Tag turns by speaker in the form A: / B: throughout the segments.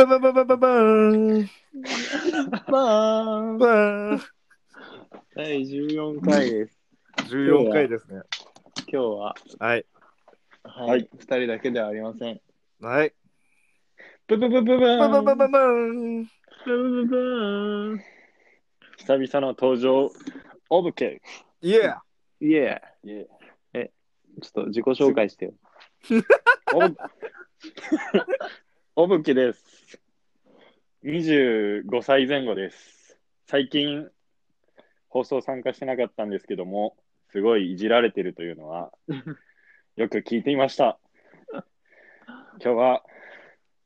A: ババババババーン
B: まあ、
A: バーン
B: 第14回です。
A: 14回ですね。
B: 今日は、
A: はい。
B: は
C: はいい、
B: 二人だけではありません。
A: はい。
B: ブブブブブーン
A: ババババ
B: ブ
A: バーン
B: ブブブーン久々の登場、オブケ
A: イエー
B: イエ
C: イエ
B: ーちょっと自己紹介 してよ。 オブオブケです。25歳前後です。最近、放送参加してなかったんですけども、すごいいじられてるというの は、よく聞いていました。今日は、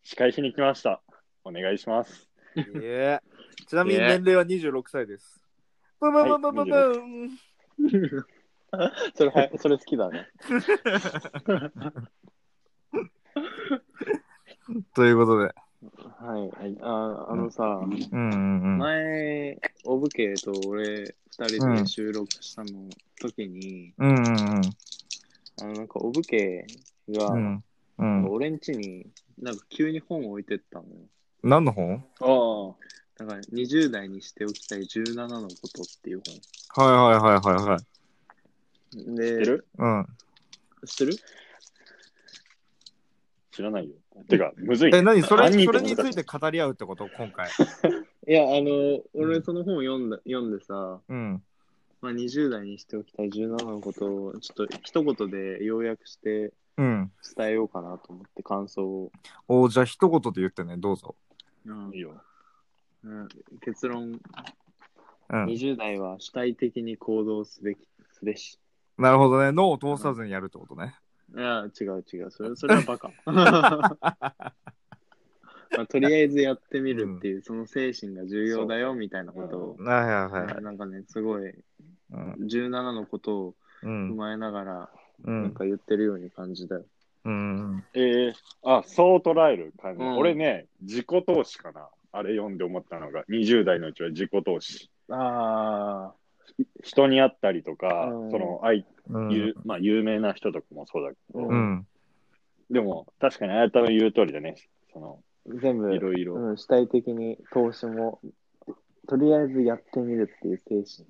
B: 司会しに来ました。お願いします。
A: イエーちなみに年齢は26歳です。ババババババーン
B: それ、それ好きだね。
A: ということで。
B: はい。はい、ああのさ、
A: うんうんうん。
B: 前、オブケと俺、二人で収録したの時に、
A: うんうん
B: あの、なんか、オブケが、
A: うん。うん。
B: 俺ん家に、なんか急に本を置いてったのよ。
A: 何の本
C: あ
B: だから、20代にしておきたい17のことっていう
A: はいはいはいはいはい。
B: 本。で、
C: あ、知ってる
A: うん。
B: 知ってる
C: 知らないよ。てか、むずいね。
A: え、何それ
C: 何
A: そ
C: 人って
A: れについて語り合うってこと今回。
B: いや、あの、
A: う
B: 俺
A: ん
B: その本読んだ、読んでさ、
A: うん。
B: まあ、20代にしておきたい17のことを、ちょっと一言で要約して
A: うん。
B: 伝えようかなと思って感想を。
A: おじゃあ一言で言ってね、どうぞ。
B: うん
C: いいよ。
B: うん、結論、
A: うん。
B: 20代は主体的に行動すべき、すべし。
A: なるほどね。脳を通さずにやるってことね。
B: いや、違う違う。それそれは バカ。 まあ、とりあえずやってみるっていう、その精神が重要だよみたいなことを、
A: はいはいはいはい。
B: なんかね、すごい
A: うん。
B: 17のことを
A: う
B: 踏
A: ん。
B: まえながら、
A: う
B: なん
A: ん。
B: か言ってるように感じたよ。
A: うん。
C: えー、あ、そう捉える感じ。
B: うん
C: 俺ね、自己投資かな。あれ読んで思ったのが、20代のうちは自己投資。
B: あ
C: 人に会ったりとか、
B: うん
C: その、あい、
A: うん
C: ゆまあ、有名な人とかもそうだけど、
A: うん。
C: でも、確かにあやたの言う通りだね。その、
B: あ、全部
C: いろいろ。
B: うん、主体的に投資も、とりあえずやってみるっていう精神。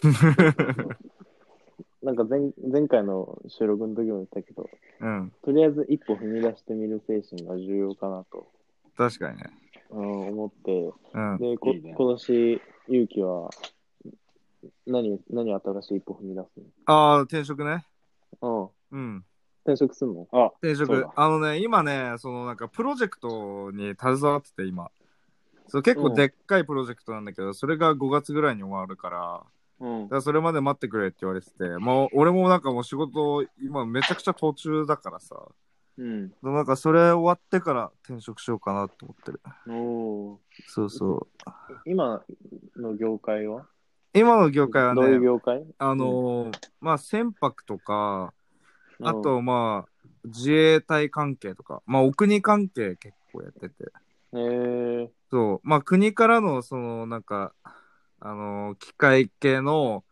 B: なんか前前回の収録の時も言ったけど、
A: うん。
B: とりあえず一歩踏み出してみる精神が重要かなと、
A: 確かにね。
B: うん、思って、
A: うん。
B: で、こ
C: いいね
B: 今年、勇気は何、何新しい一歩踏み出す
A: ああ、転職ね。
B: の
A: うん。
B: うん。転職すんの
C: あ、
A: 転
C: そう
A: 職
C: だ。
A: あのね、今ね、そのなんかプロジェクトに携わってて、今。そう結構でっかいプロジェクトなんだけど、それが5月ぐらいに終わるから、
B: うん
A: だか。らそれまで待ってくれって言われてて、もう俺もなんかもう仕事、今めちゃくちゃ途中だからさ、
B: うん。
A: なんかそれ終わってから転職しようかなと思ってる。
B: おー
A: そうそう。
B: 今の業界は
A: 今の業界は
B: どういう
A: ね、
B: 業界
A: あのーまあ船舶とか、あ、
B: うん
A: とまあ自衛隊関係とか、まあお国関係結構やってて、
B: えー、
A: そう、まあ国からのそのなんか、あのー機械系の、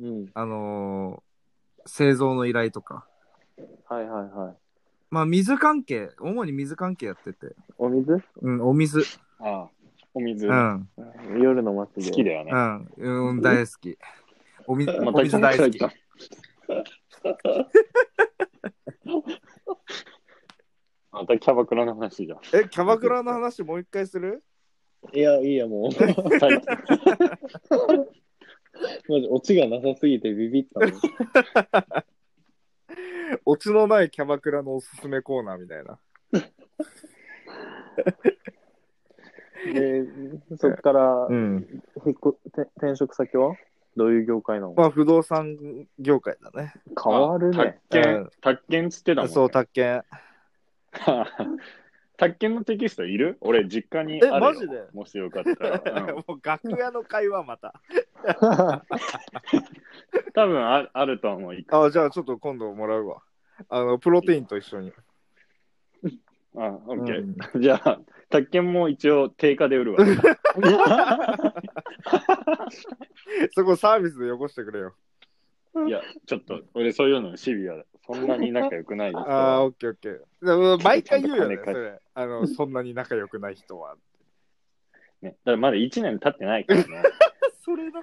B: うん。
A: あのー製造の依頼とか、
B: はいはいはい。
A: まあ水関係、主に水関係やってて、
B: お水
A: うん、お水、
C: あ、お水、
A: うん、
B: 夜の街で。
C: 好きだよね
A: う。ん、うん、大好き。お水、
C: ま
A: お
C: た
A: 水大好き。
C: 来またキャバクラの 話じゃん。
A: え、キャバクラの話もう一回する
B: いや、いいや、もう。
C: 最近
B: マジ、オチがなさすぎてビビったの。
A: オチのないキャバクラのおすすめコーナーみたいな。
B: で、そっから、
A: うん。
B: 引っこて転職先はどういう業界なの
A: まあ不動産業界だね。
B: 変わるね。
C: あ宅
A: う
C: 建
A: ん、
C: 宅建っつってたもん、ね。
A: そう、宅建。
C: 宅建のテキストいる俺、実家にあるよ。
A: えマジで
C: もしよかった ら。うん
A: もう楽屋の会話また。
C: 多分ああると思う。
A: あ、じゃあちょっと今度もらうわ。あの、プロテインと一緒に。
C: あ、オッケー。
A: うん
C: じゃあ、宅建も一応定価で売る わ。
A: そこサービスでよこしてくれよ。
C: いや、ちょっと、俺そういうのシビアだ。そんなに仲良くないです
A: ああ、
C: か
A: オッケーオッケー。でも毎回言うよね
C: ち、ょっ
A: そ
C: と金
A: れ。あの、そんなに仲良くない人は。
C: ら。ね、だからまだ1年経ってないからね。
A: それだ。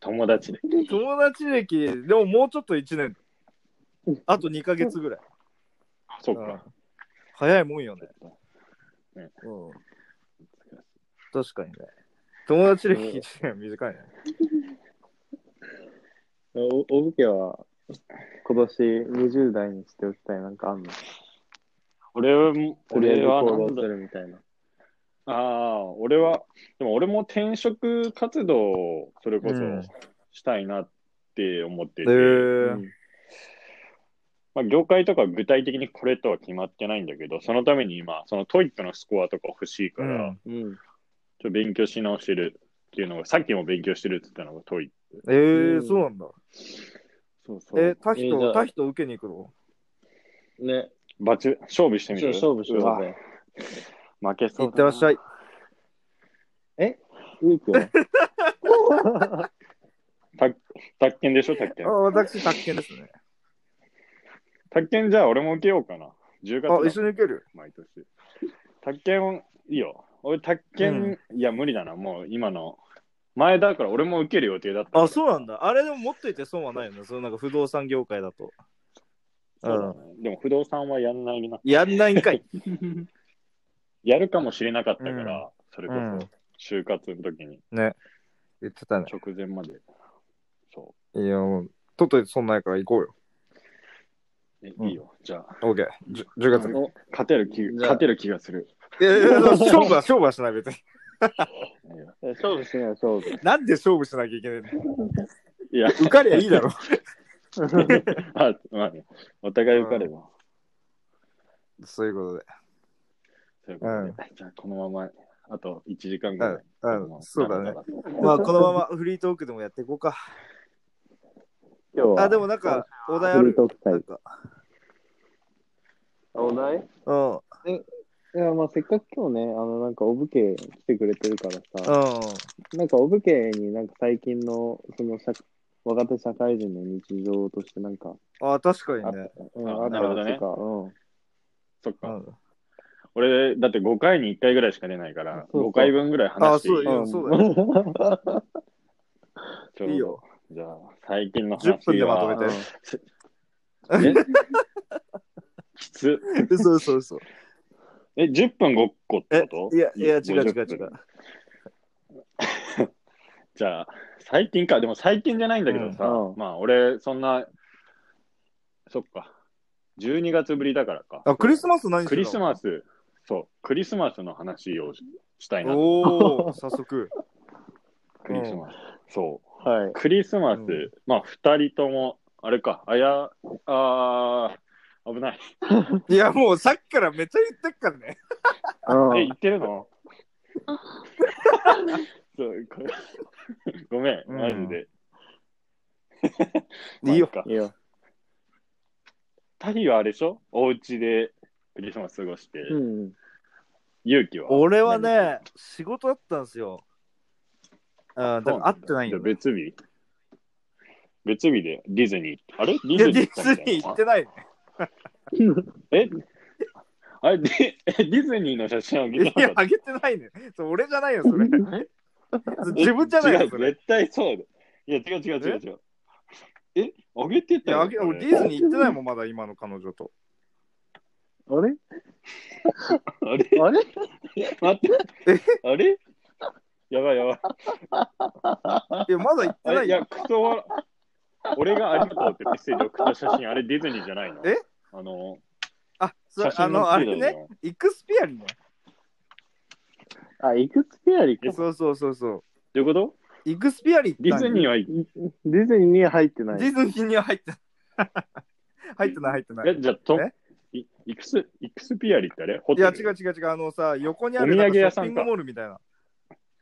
C: 友達で。
A: 友達歴、でももうちょっと1年。あと2ヶ月ぐらい。
C: そう
A: うん
C: か。
A: 早いもんよね。
C: ね
A: うん。確かにね。友達歴1年短いね。
B: お、お武家は、今年20代にしておきたいなんかあんの
C: 俺も、俺は
B: 行
C: なん
B: 動す
C: だ
B: るみたいな。
C: ああ、俺は、でも俺も転職活動をそれこそ
A: うん
C: したいなって思って
A: へ
C: て、
A: ー
B: うん
C: まあ、業界とか具体的にこれとは決まってないんだけど、そのために今、そのトイックのスコアとか欲しいから、
A: うん
B: うん。
C: ちょっと勉強し直してるっていうのが、さっきも勉強してるって言ったのがトイック。
A: えー
B: うん
A: そうなんだ。
C: そうそ
A: え、タ
B: え
A: ヒ
B: ーじゃ
A: ト、
B: あ
A: タヒト受けに行くの
B: ね、
C: バチ勝負してみ
B: ちょ
C: る
B: 勝負しよう
C: わ
B: ぜ。
C: 負けそう
A: 行ってらっしゃ
C: い。
A: い。
B: いいけど。
C: 宅建でしょ、宅建
A: あ。私、卓球ですね。
C: 宅建じゃあ俺も受けようかな。10月だ
A: あ、一緒に受ける
C: 毎年。宅建、いいよ。俺、宅建、いや、無理だな。もう今の。前だから俺も受ける予定だったから。
A: あ、そうなんだ。あれでも持っといて損はないよね。そのなんか不動産業界だと。
C: そうだねでも不動産はやんないな。
A: やんないんかい。
C: やるかもしれなかったから、
A: う
C: それこそ、就活の時に、
A: 言ってたね。
C: 直前まで。そ
A: いや、もう、取っといて損ないから行こうよ。
C: う。え
A: うん
C: いいよ。じゃあ、
A: OK。じゅ10月に。
C: お勝てる
B: じ
C: 気、
B: ゃあ
C: 勝てる気がする。
A: いやいや、勝負は、勝負はしない、別に。
B: 勝負しなよ、勝負。
A: なんで勝負しなきゃいけないの
C: いや、
A: 受かりゃいいだろ。
C: あまあね、お互い受かれば。
A: そういうことで。
C: そういうことでじゃあ、このまま、あと1時間ぐらい。
A: うん、そうだね。
C: ね。
A: まあ、このままフリートークでもやっていこうか。
B: 今日は。
A: あ、でもなんか、お題あ
B: フリー
A: る。
B: トーク
A: な
B: 会
A: んか、
B: お題い
A: うん、うん。
B: や、まあせっかく今日ね、あの、なんか、お武家来てくれてるからさ、なんか、お武家になんか最近の、その、社若手社会人の日常としてなんか、
A: あ、確かにね。
B: うん、
C: あ
B: あった
C: なるほどね
B: らとか、うん。
C: そ
A: う
C: っか。
A: ん、
C: 俺、だって5回に1回ぐらいしか出ないから、
B: そうそう
C: 5回分ぐらい話していい
A: あそうよ
B: ん
A: そうだ
C: ちょうど
A: いいよ。
C: じゃあ、最近の話は。
A: 10分でまとめて。
C: え きつ。
A: 嘘嘘嘘。
C: え、10分5個っ
A: え
C: てこ、と
A: いや、いや、違う違う
C: 50分
A: 違う。
C: じゃあ、最近か。でも最近じゃないんだけどさ、
B: うん
C: まあ、俺、そんな、そっか。12月ぶりだからか。
A: あ、クリスマス何
C: クリス
A: ス
C: マス、そう、クリスマスの話をしたいな。
A: おお、早速。
C: クリスマス。そう。
B: はい。
C: クリスマス、
A: うん
C: まあ2人とも、あれか、あや、あー危ない。
A: いや、もうさっきからめっちゃ言ってっから ね。
B: うん
C: え、言ってるのそうこれごめん、
A: うん
C: マジで。
A: いいよ
C: マジか。
B: いいよ。
C: タヒはあれでしょお家でクリスマス過ごして、
B: うん。
C: 勇気は。
A: 俺はね、仕事だったんですよ。あーだから会ってない
C: じゃ
A: よ
C: あ
A: ね。
C: 別日別日でディズニー行った。あれデ
A: い
C: ィズ
A: や、
C: ニー
A: デ
C: 行った
A: ィ
C: んじゃ
A: ズ
C: ない
A: ニー行ってない。
C: え あれディディズニーの写真あげてないか
A: や
C: っ、た
A: あげてないね。そう俺じゃないよ、それ。自分じゃない
C: 違
A: よ、
C: う
A: それ。い
C: 絶対そうだ。いや、違う違う違う違う。え、あげてた
A: や、
C: よ。
A: あげ俺
C: それ
A: ディズニー行ってないもん、まだ今の彼女と。
B: あれ
C: あれ
B: あれ
C: 待って。あれやばいやばい
A: いや、まだ行って
C: あ
A: ない
C: れ。い
A: よ。
C: や、クソ笑俺がありがとうってメッセージ送った写真、あれディズニーじゃないの
A: え
C: あの、
A: あ、そ
C: 写
A: れ、あ
C: 真
A: の、あ
C: のスピー
A: れ
C: ドだ
A: ね、
C: よ。
A: イクスピアリね。
B: あ、いくつペアリか。
A: そうそうそうそう。
C: どういうこと
A: イクスピアリ
C: ディズニー
A: は
C: は行っ
B: ディズニーには入ってない。
A: ディズニーには入ってない。 入ってない、入ってない。
C: え、じゃあ、と
A: え、
C: いいくす、いくすピアリってあれホ
A: い
C: テ
A: や、
C: ル
A: 違う違う違う。あのさ、横にあ
C: お
A: る
C: 土産屋
A: ショ
C: さ
A: ッピン
C: んか
A: グモールみたいな。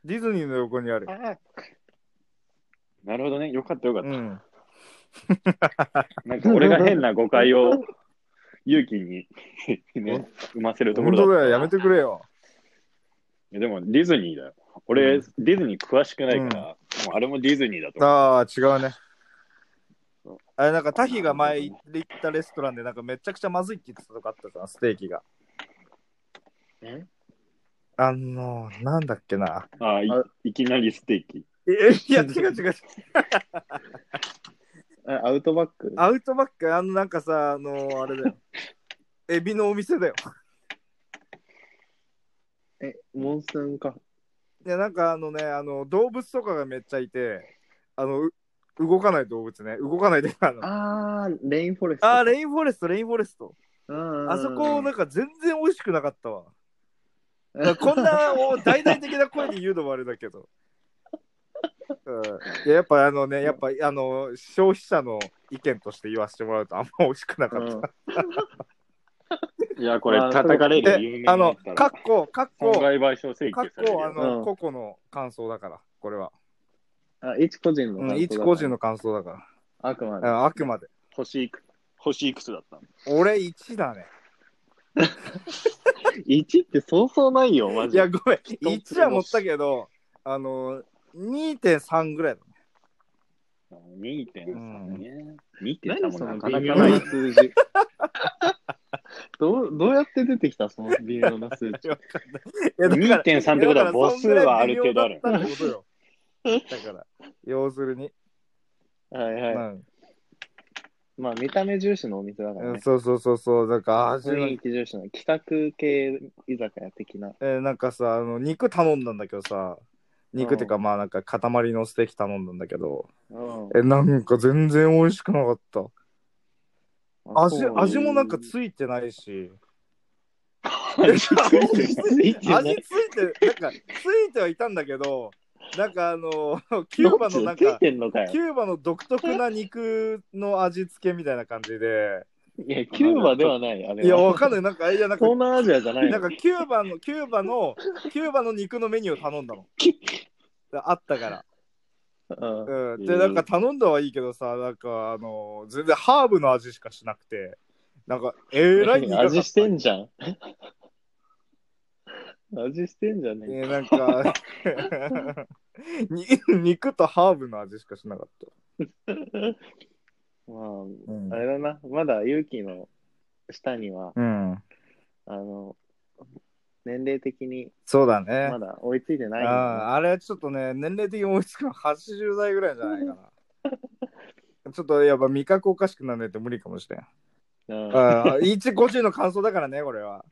A: ディズニーの横にある。
C: あなるほどね。よかったよかった
A: う。ん。
C: なんか俺が変な誤解を勇気に ね、生ませるとこ
A: 本
C: ろ
A: 当
C: だ
A: だよ、やめてくれよ。
C: いやでもディズニーだよ。
A: う
C: 俺、
A: ん
C: ディズニー詳しくないから、もうあれもディズニーだと思う。
A: ああ、違うね。あれなんかタヒが前行ったレストランでなんかめちゃくちゃまずいって言ってたとかあったじゃん、ステーキが。
D: え
A: あのー、なんだっけな。
C: あい
D: あ
C: いきなりステーキ。
A: えい や、違う違う。
B: あアウトバック
A: アウトバック、あのなんかさ、あのー、あれだ よ。エビのお店だよ。
B: え、モンスンか。
A: いや、なんかあのね、あの動物とかがめっちゃいて、あの、う動かない動物ね、動かないで、あの。
B: あー、レインフォレストか。
A: あー、レインフォレスト、レインフォレスト。
B: あ
A: あそこ、なんか全然美味しくなかったわ。まあこんなお大々的な声で言うのもあれだけど。うん、いややっぱあのね、やっぱあの消費者の意見として言わせてもらうとあんま美味しくなかった。
C: いや、これ、
B: あー
C: 叩かれ
A: で
C: る有名
A: あ
C: だ
A: の
C: っ、た
A: からっ、こ、かっ
C: 損
A: こ、
C: 害賠償請
A: かっ
C: 求される
A: こ、あ
C: よ。
A: の、
B: うん
A: 個々の感想だから、これは。
B: あ、一個人の
A: う
B: 感想だから。
A: ん、一個人の感想だか
B: あくまで。
A: ら。うんあくまで。
C: 星いく星いくつだったの
A: 俺1だね。
B: 1ってそうそうないよ、マ
A: い
B: ジで。
A: や、ごめん。1は持ったけど、あの、2.3ぐらいだね。
C: 2.3ね。2.3
B: 何
C: も
B: その
C: なかな
B: 微
C: か
B: 妙
C: ない
B: な。数字。 どうどうやって出てきたその微妙な数
A: い
B: 字。
A: やわかんないいやだから
C: 2.3ってことは母数はある程度あ
A: いや
C: る。
A: だからそんぐらい微妙だったってことよだから、要する に。
B: はいはい。
A: うん
B: まあ見た目重視のお店だから
A: うん
B: ね。
A: そうそうそうそう、なんか、味
B: 雰囲気重視の企画系居酒屋的な。
A: えーなんかさ、あの肉頼んだんだけどさ、肉ってか、まあなんか塊のステーキ頼んだんだけど、
B: うん
A: え、なんか全然美味しくなかった。
B: あ
A: 味
B: そう
A: 味もなんかついてないし、
C: 味 ついてる
B: ついてな
A: 味
B: い
A: ついて、なんかついてはいたんだけど、なんかあの、キューバのなん
B: どっちつい
A: か、
B: てんのかよ
A: キ。ューバの独特な肉の味付けみたいな感じで、
B: いや、キューバではない。あれはい
A: や、わかんない、なんか、いや、なんか
B: 東、南アジアじゃない
A: な
B: の
A: ん。かキューバの、キューバの、キューバの肉のメニューを頼んだの。あったから。
B: うん
A: うん、
C: う
A: で、
C: ん
A: なんか頼んだはいいけどさ、なんかあの、全然ハーブの味しかしなくて、なんか、えらい苦かった
B: 味してんじゃん。味してんじゃね
A: えーなんか に、肉とハーブの味しかしなかっ
B: え。ま
A: た。う
B: あ、あれだな。まだ勇気の下には、
A: ん。
B: あの、年齢的に
A: そうだね。
B: まだ追いついてないよね、
A: ああれちょっとね、年齢的に追いつくの80代ぐらいじゃないかな。ちょっとやっぱ味覚おかしくならないと無理かもしれん。
B: うん
A: ああ、150の感想だからね、これは。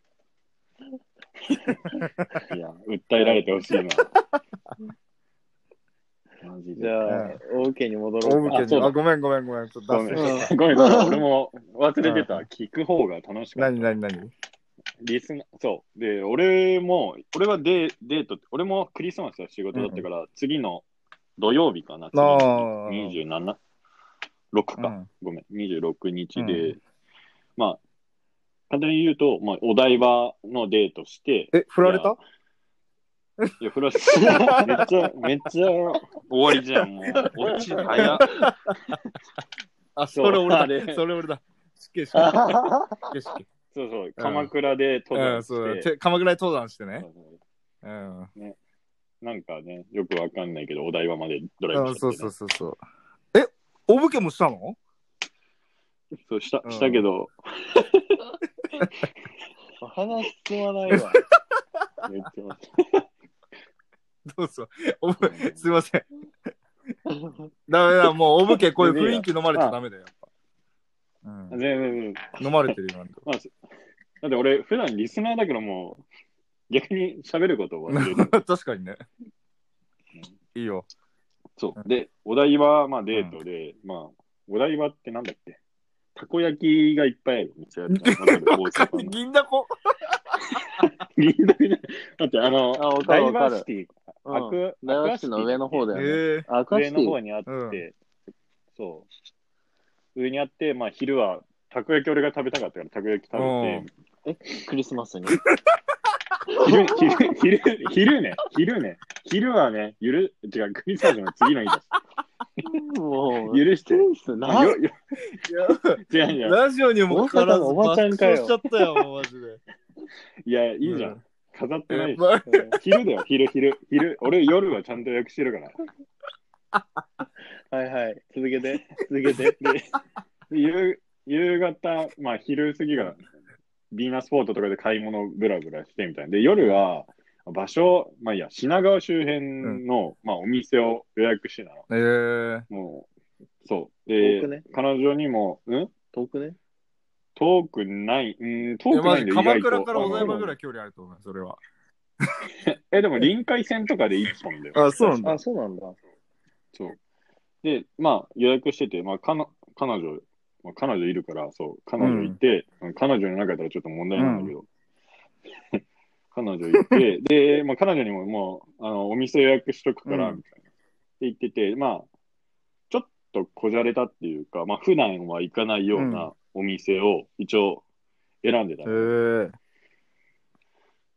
C: いや、訴えられてほしいな。 マジ
B: じ
C: で。
B: ゃあ、オーケーに戻
A: 大
B: ろう
A: 向
B: か。
A: け
C: そう
A: に。
C: だ
A: あ、ごめんごめんごめん。ちょっと
C: ご
A: 出
C: め
A: す
B: う。
C: ん、
B: ん
C: ごめん、ごめん俺も忘れてた
A: うん。
C: 聞く方が楽しかった。
A: 何何何
C: リスナー、そう。で、俺も、俺はデーデートって、俺もクリスマスは仕事だったから、次の土曜日かな。次の日27、6か。
A: うん
C: ごめん、26日
A: う
C: で、まあ、簡単に言うと、まあ、お台場のデートして、
A: え、振られた
C: いや、フラッシュ、めっちゃ、めっちゃ終わりじゃん、もう。落ち、早っ。
A: あ、
C: そうあれ
A: それ俺だ。しけしけ。しけし
C: そうそう、鎌倉で
A: けう
C: 登
A: ん、
C: 山して、
A: そうだ。て鎌倉で登山して
C: そう
A: ね。
C: そ
A: う
C: う
A: ん。
C: なんかね、よくわかんないけど、お台場までドライ
A: う
C: ブ
A: ん
C: し
A: そう
C: て、
A: そうそうそう。え、お武家もしたの
C: そうした
A: うん
C: したけど、
B: お話進まないわ。
C: めっちゃ待って
A: どうぞ。おぶ すいません。ダメだ、もう、お武家、こういう雰囲気飲まれちゃダメだよ、やっぱ。う
C: 全
A: ん、
C: 然全然
A: 飲まれてるよ、今のとこ
C: まあ、だって俺、普段リスナーだからもう、逆に喋ることを忘れる。
A: ろ 確かにね。いいよ。
C: そう。で、お台場、まあデートで、まあ、お台場ってなんだっけたこ焼きがいっぱいある店あるじゃん。わかる大阪の。
A: 銀だこ
C: 銀座みたい な。だってあの、
B: あわか
C: ダ
B: るわかる
C: イバーシティ、
B: うん
C: アク
B: 大
C: アクア
B: 学
C: シテ
B: 市
C: ィ
B: の上の方だよね。
A: ええ
B: アクア
C: 上
B: シテ
C: の
B: ィ
C: 方にあって、そう。上にあって、まあ昼は、たこ焼き俺が食べたかったから、たこ焼き食べて、
B: クリスマスに。
C: 昼、昼、昼、昼ね、昼ね、昼はね、ゆる、違う、クリスマスの次の日だし。
B: もう、
C: 許して
B: クリスな
C: よよ違う違う。
A: ラジオにもかかわらず
B: 大阪のおばちゃんか
A: 爆笑
B: よ
A: しちゃったよ、もうマジで。
C: いや、いいじゃ。
A: うん
C: 飾ってないし。
A: まあ
C: 昼だよ、昼、昼、昼。俺、夜はちゃんと予約してるから。
B: はいはい。続けて、続け て。
C: で夕夕方、まあ昼過ぎが、ビーナスポートとかで買い物をブラブラしてみたいな。で、夜は、場所、まあいいや、品川周辺の、まあお店を予約してたの。
A: えー、
C: もう、そう。で、
B: 遠くね
C: 彼女にも、うん
B: 遠くね。
C: 遠くない、うん、
A: い
C: 遠
A: や
C: くな
A: マ
C: い
A: ジ
C: んで意
A: 鎌
C: 外と。
A: 倉からお台場ぐ
C: い。
A: らい距離あると思うよそれは。
C: え、でも臨海線とかで一本だよ。
A: あ、そうなんだ。
B: あ、そうなんだ。
C: そう。で、まあ、予約してて、まあ、かの彼女、まあ、彼女いるから、そう、彼女いて、彼女の中やったらちょっと問題なんだけど、 彼女いて、で、まあ、彼女にももう、あの、お店予約しとくから、
A: うん
C: みたいな。って言ってて、まあ、ちょっとこじゃれたっていうか、まあ、普段は行かないようなお店を一応選んでた
A: え
C: の、
A: ー、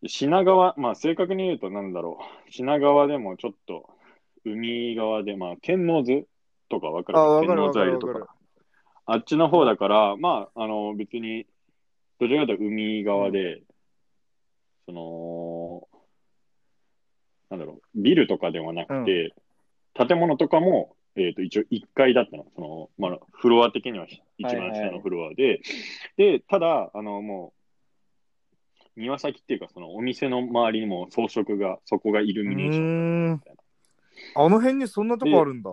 C: 品川、まあ正確に言うとなんだろう。品川でもちょっと海側で、まあ天王洲とかわかる
A: あわか
C: 天
A: る
C: 王洲アイルと
A: わかるわ
C: か。あっちの方だから、まあ、あの別に、どちらかというと海側で、その、なんだろう、ビルとかではなくて、建物とかも、えっ、と、一応1階だったの。その、まあ、フロア的には一
B: はい
C: 番
B: はい
C: 下のフロアで、で、ただ、あの、もう、庭先っていうか、そのお店の周りにも装飾が、そこがイル
A: う
C: ミネーション。
A: ーん。あの辺にそんなとこあるんだ。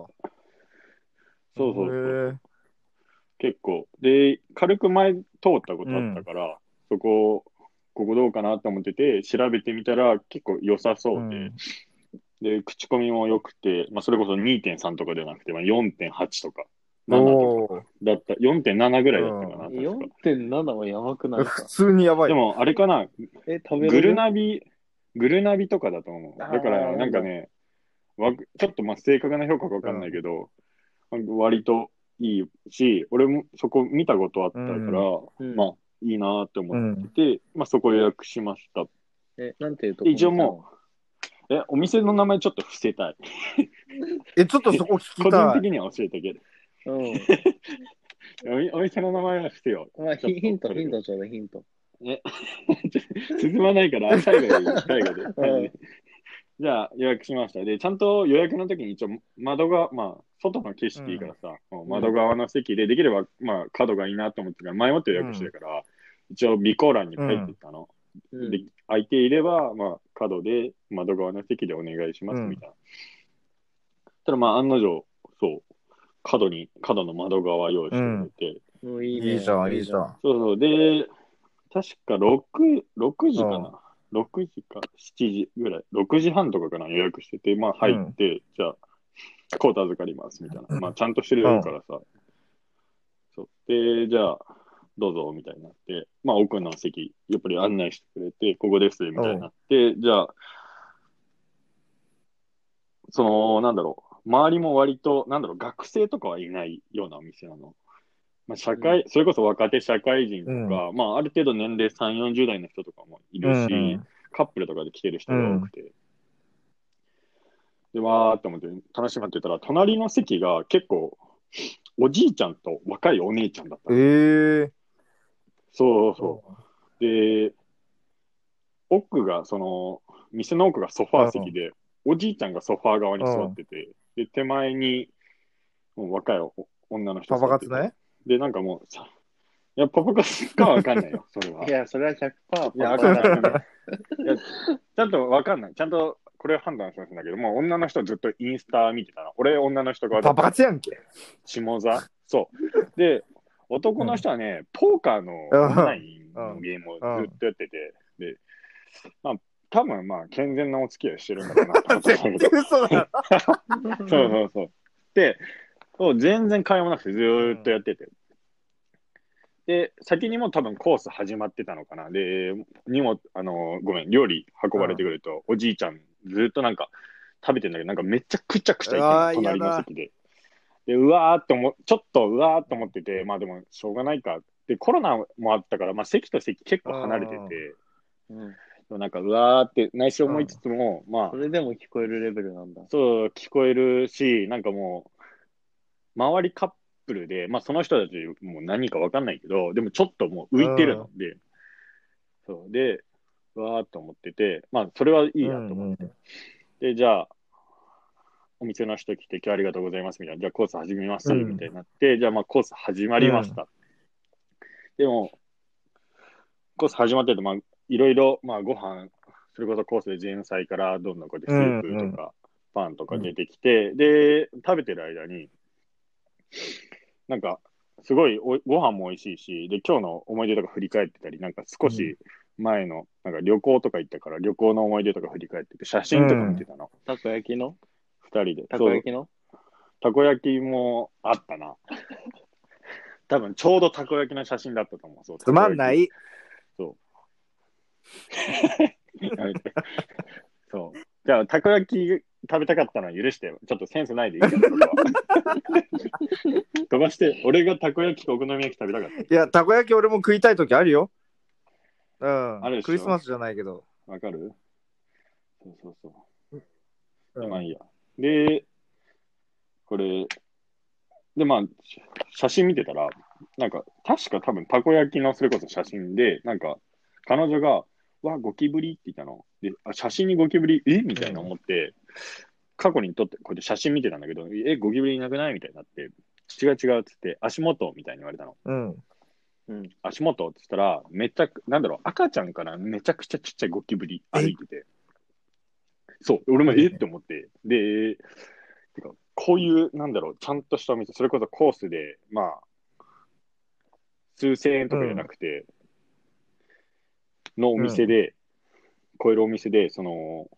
C: そうそうそう。
A: へ
C: 結構。で、軽く前通ったことあったから、そこ、ここどうかなと思ってて、調べてみたら結構良さそうで、
A: うん
C: で、口コミも良くて、まあ、それこそ2.3とかではなくて、まあ、4.8とか、
A: ー
C: 7と
A: おー
C: かだった、4.7ぐらいだったかな、確か。
B: 4.7はやばくない
A: 普
B: か。
A: 通にやばい。
C: でも、あれかな、
B: え、食べれる
C: グルナビ、グルナビとかだと思う。
B: あー
C: だから、なんかね、わくちょっとまあ正確な評価かわかんないけど、割といいし、俺もそこ見たことあったから、
B: うん
C: まあいいなっ
A: う
C: て思っ
A: ん。
C: て、まあそこ予約しました。
B: え、なんていうと
C: 一応もえ、お店の名前ちょっと伏せたい。
A: え、ちょっとそこ聞
C: 個
A: き
C: 人
A: たい。
C: 的には教えてあげる。
B: う。うん。
C: おみお店の名前は伏せよ
B: まあ、ヒヒント、ヒントちょうだい、ヒント。
C: う。進まないから、最後でいい、最後で。
B: うん
C: じゃあ予約しました。で、ちゃんと予約の時に一応窓が、まあ、外の景色からさ、もう窓側の席で、できれば、まあ、角がいいなと思ってたから、迷って予約してたから、一応備考欄に書いてたの。
B: うん
C: で、空いていれば、まあ、角で窓側の席でお願いします、
A: うん
C: みたいな。ただ、まあ、案の定、そう、角に、角の窓側用意しておいて、
B: もういいね。
A: いいじゃん、いいじゃん。
C: そうそう。で、確か6、6時かな。6時か7時ぐらい。6時半とかかな予約してて、まあ入って、じゃあ、コート預かりますみたいな。まあちゃんとしてるからさ。そう。で、じゃあ、どうぞみたいになって、まあ奥の席、やっぱり案内してくれて、ここですみたいになって、じゃあ、その、なんだろう。周りも割と、なんだろう、学生とかはいないようなお店なの。まあ、社会、それこそ若手社会人とか、まあ、ある程度年齢3、40代の人とかもいるし、
A: うん
C: カップルとかで来てる人が多くて。で、わーって思って、楽しまってたら、隣の席が結構、おじいちゃんと若いお姉ちゃんだった
A: え
C: の。
A: ー。
C: そうそう。で、奥が、その、店の奥がソファー席で、おじいちゃんがソファー側に座ってて、で、手前に、もう若いお女の人
A: パパ
C: 座っ
A: 活
C: てて
A: ね。
C: で、なんかもうさ、いや、パパ活かわかんな いよ、それは。
B: いや、それは100%パー。
C: いや、わ かんない。いやちゃんとわかんない。ちゃんとこれ判断しますんだけど、もう女の人ずっとインスタ見てたな。俺、女の人が
A: パパ活やん け。
C: 下座。そう。で、男の人はね、ポーカーのオンラインのゲームをずっとやってて、で、まあ、多分まあ、健全なお付き合いしてるんだろうなと思っ たんだけど
A: 絶対嘘だ。
C: そうそうそう。で、そう全然会話もなくて、ずーっとやってて。で、先にもう多分コース始まってたのかな。で、にも、あのーごめん、料理運ばれてくると、おじいちゃん、ずーっとなんか食べてんだけど、なんかめちゃくちゃくちゃいて
A: あー
C: る隣
A: や
C: の
A: だ
C: 席で。で、うわーって思、ちょっとうわーって思ってて、まあでも、しょうがないか。で、コロナもあったから、まあ席と席結構離れて
A: あー
C: て、
B: うん
C: でもなんかうわーって内心思いつつも、まあ
B: そ、れでも聞こえるレベルなんだ。
C: そう、聞こえるし、なんかもう、周りカップルで、まあその人たちもう何かわかんないけど、でもちょっともう浮いてるので、そう、で、わーっと思ってて、まあそれはいいやと思って、で、じゃあ、お店の人来て、今日ありがとうございますみたいな、じゃあコース始めますみたいになって、じゃあまあコース始まりました。でも、コース始まってると、まあ、いろいろ、まあ、ご飯、それこそコースで前菜からどんどんこうやってスープとか、パンとか出てきて、で、食べてる間に、なんか、すごいおいご飯も美味しいし、で、今日の思い出とか振り返ってたり、なんか少し前の、なんか旅行とか行ったから、旅行の思い出とか振り返ってて、写真とか見てたの、
B: たこ焼きの
C: 二人で。
B: たこ焼きの
C: たこ焼きもあったな。 多分ちょうどたこ焼きの写真だったと思う。そう
A: つまんな。い。
C: たこ焼きやめてそう。じゃあ、たこ焼き食べたかったのは許してよ。ちょっとセンスないでいいから、それ は飛ばして、俺がたこ焼きかお好み焼き食べたかっ
A: いや、たこ焼き俺も食いたい時あるよ。うん。
C: あるでしょ
A: クリスマスじゃないけど。
C: た。わかるそうそうそう。
A: うん
C: まあいいや。で、これ、で、まあ、し写真見てたら、なんか、確か多分、たこ焼きのそれこそ写真で、なんか、彼女が、わ、ゴキブリって言ったの。で、あ写真にゴキブリ、えみたいな思って、過去に撮って、こうやって写真見てたんだけど、え、ゴキブリいなくないみたいになって、違う違うっつって、足元みたいに言われたの。
A: うん。
C: 足元って言ったら、めっちゃ、なんだろう、赤ちゃんからめちゃくちゃちっちゃいゴキブリ歩いてて。そう、俺もえって思って。で、てかこういう、なんだろう、ちゃんとしたお店、それこそコースで、まあ、数千円とかじゃなくて、のお店で、超えるお店で、その、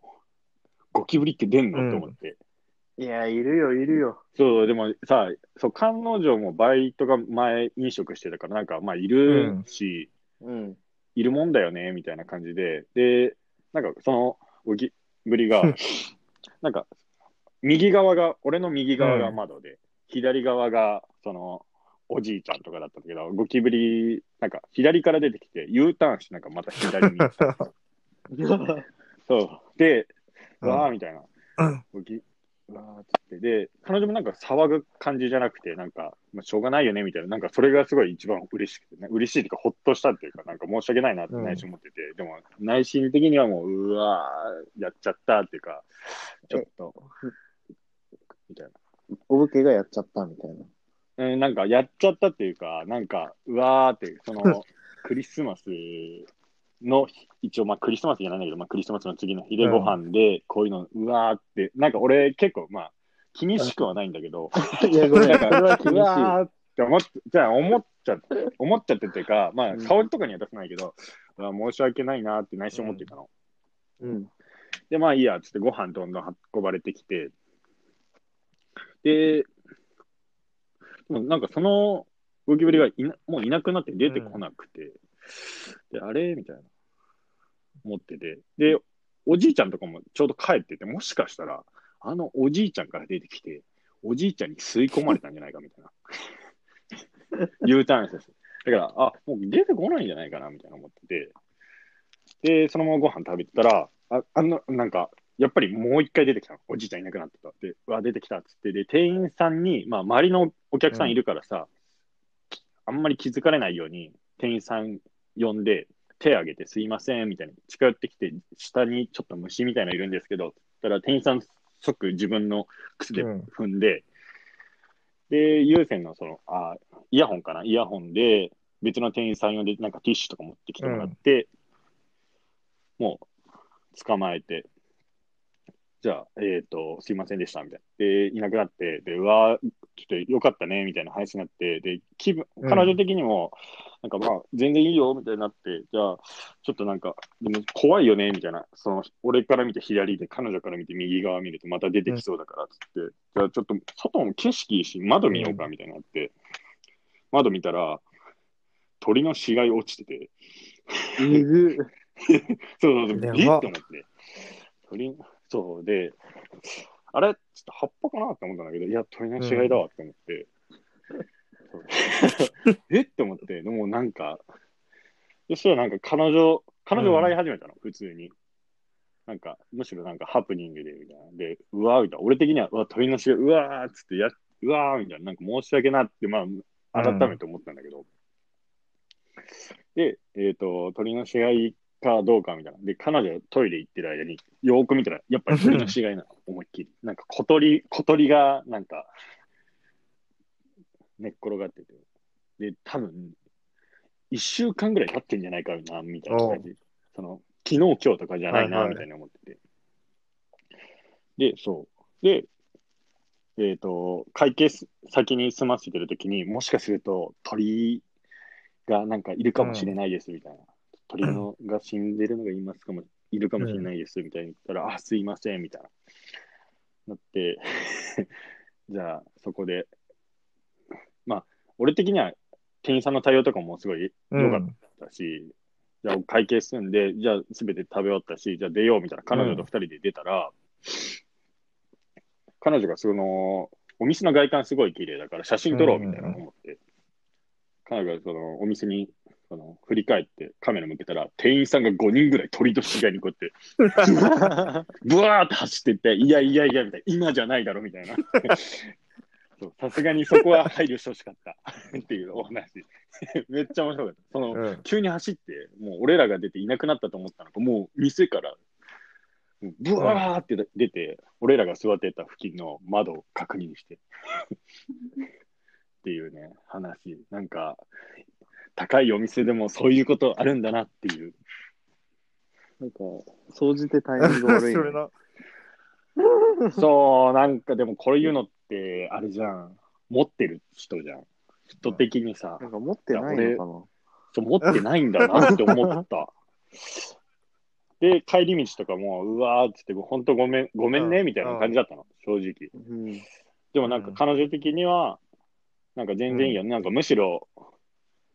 C: ゴキブリって出んの、
A: うん
C: と思って。
B: いや、いるよ、いるよ。
C: そう、でもさ、そう、彼女もバイトが前飲食してたから、なんか、まあ、いるし、
B: うん。
C: いるもんだよね、みたいな感じで、で、なんかそのゴキブリが、なんか、右側が、俺の右側が窓で、左側が、その、おじいちゃんとかだったんだけど、ゴキブリ、なんか、左から出てきて、U ターンして、なんかまた 左に行った。そう。で、
A: うん
C: わーみたいな。
A: うん
C: ゴキうわーっつって。で、彼女もなんか騒ぐ感じじゃなくて、なんか、まあ、しょうがないよねみたいな、なんかそれがすごい一番嬉しくて、ね、嬉しいっていうか、ほっとしたっていうか、なんか申し訳ないなって内心思ってて、でも内心的にはもう、うわー、やっちゃったっていうか、ちょっと、みたいな。
B: お武家がやっちゃったみたいな。
C: うん、なんかやっちゃったっていうか、なんか、うわーって、その、クリスマスの、一応、まあクリスマスじゃないんだけど、まあクリスマスの次の日でご飯で、こういうの、うわーって、なんか俺結構、まあ、気にしくはないんだけど、
B: いや、ごめん、
C: な
B: そ
C: んか
B: れは厳し
C: う
B: い。
C: わーって思っじゃあ思っちゃって、思っちゃってっていうか、まあ
B: うん
C: 顔とかには出さないけど、うわ申し訳ないなーって内心思ってたの。
B: うん。
C: で、まあいいや、つってご飯どんどん運ばれてきて、で、もうなんかそのゴキブリがいなもういなくなって出てこなくて、で、あれみたいな、思ってて、で、おじいちゃんとかもちょうど帰ってて、もしかしたら、あのおじいちゃんから出てきて、おじいちゃんに吸い込まれたんじゃないかみたいな。U ターンです。だから、あ、もう出てこないんじゃないかなみたいな思ってて、で、そのままご飯食べてたら、ああの、なんか、やっぱりもう一回出てきたの。おじいちゃんいなくなってた。で、うわ、出てきたっつって、で、店員さんに、まあ、周りのお客さんいるからさ、あんまり気づかれないように、店員さん呼んで、手挙げて、すいません、みたいに近寄ってきて、下にちょっと虫みたいなのいるんですけど、つったら、店員さん即自分の靴で
A: うん
C: 踏んで、で、有線のその、あ、イヤホンかなイヤホンで、別の店員さん呼んで、なんかティッシュとか持ってきてもらって、もう、捕まえて、じゃあ、えっ、と、すいませんでした、みたいな。で、いなくなって、で、うわーちょっとよかったね、みたいな話になって、で、気分、
A: うん
C: 彼女的にも、なんかまあ、全然いいよ、みたいになって、じゃあ、ちょっとなんか、でも怖いよね、みたいな。その、俺から見て左で、彼女から見て右側見るとまた出てきそうだから、つって、じゃあちょっと、外も景色いいし、窓見ようか、みたいになって、窓見たら、鳥の死骸落ちてて、
B: いる。
C: そうそうそう、
A: やば
C: えっと思って。鳥、そうで、あれちょっと葉っぱかなって思ったんだけど、いや、鳥の死骸だわって思って。そう えって思って、でもなんか、そしたらなんか彼女、彼女笑い始めたの、普通に。なんか、むしろなんかハプニングで、みたいな。で、うわーみたいな。俺的には、うわ、鳥の死骸、うわーっつってや、うわーみたいな。なんか申し訳なって、まあ、改めて思ったんだけど。で、えっ、と、鳥の死骸かどうかみたいな。で、彼女トイレ行ってる間に、よーく見たら、やっぱり鳥の死骸なの、思いっきり。なんか小鳥、小鳥が、なんか、寝っ転がってて。で、多分、一週間ぐらい経ってんじゃないかな、みたいな感じ。その、昨日、今日とかじゃない
A: はい
C: な、
A: はい
C: みたいな思ってて。で、そう。で、えっ、と、会計す先に済ませてるときに、もしかすると鳥がなんかいるかもしれないです、みたいな。鳥のが死んでるのがいますかも、いるかもしれないです、みたいに言ったら、あ、すいません、みたいな。なって、 じゃあ、そこで、まあ、俺的には店員さんの対応とかもすごい
A: うん
C: 良かったし、じゃあ会計するんで、じゃあ全て食べ終わったし、じゃあ出ようみたいな、彼女と二人で出たら、彼女がその、お店の外観すごい綺麗だから写真撮ろうみたいな思って、彼女がそのお店にその振り返ってカメラ向けたら、店員さんが5人ぐらい鳥と死骸にこうやって、 ブワーって走ってって、いやいやいやみたいな、今じゃないだろみたいな。 そうさすがにそこは配慮してほしかったっていうお話。めっちゃ面白かった。その、
A: うん
C: 急に走って、もう俺らが出ていなくなったと思ったのか、もう店から、もうブワーって出て、俺らが座ってた付近の窓を確認して。 っていうね、話。なんか、高いお店でもそういうことあるんだなっていう。
B: なんか、総じてタイミング 悪い、ね。
A: それな。
C: そう、なんかでもこれ言うのって、あれじゃん。持ってる人じゃん。人的にさ、
B: なんか持ってないの
C: そう持ってないんだなって思った。で、帰り道とかも、うわーって言って、ほんとごめん、ごめん
A: う
C: ね、
A: ん
C: みたいな感じだったの、正直。
B: かな。うん。
C: でもなんか
A: うん
C: 彼女的には、なんか全然いいよね。なんかむしろ、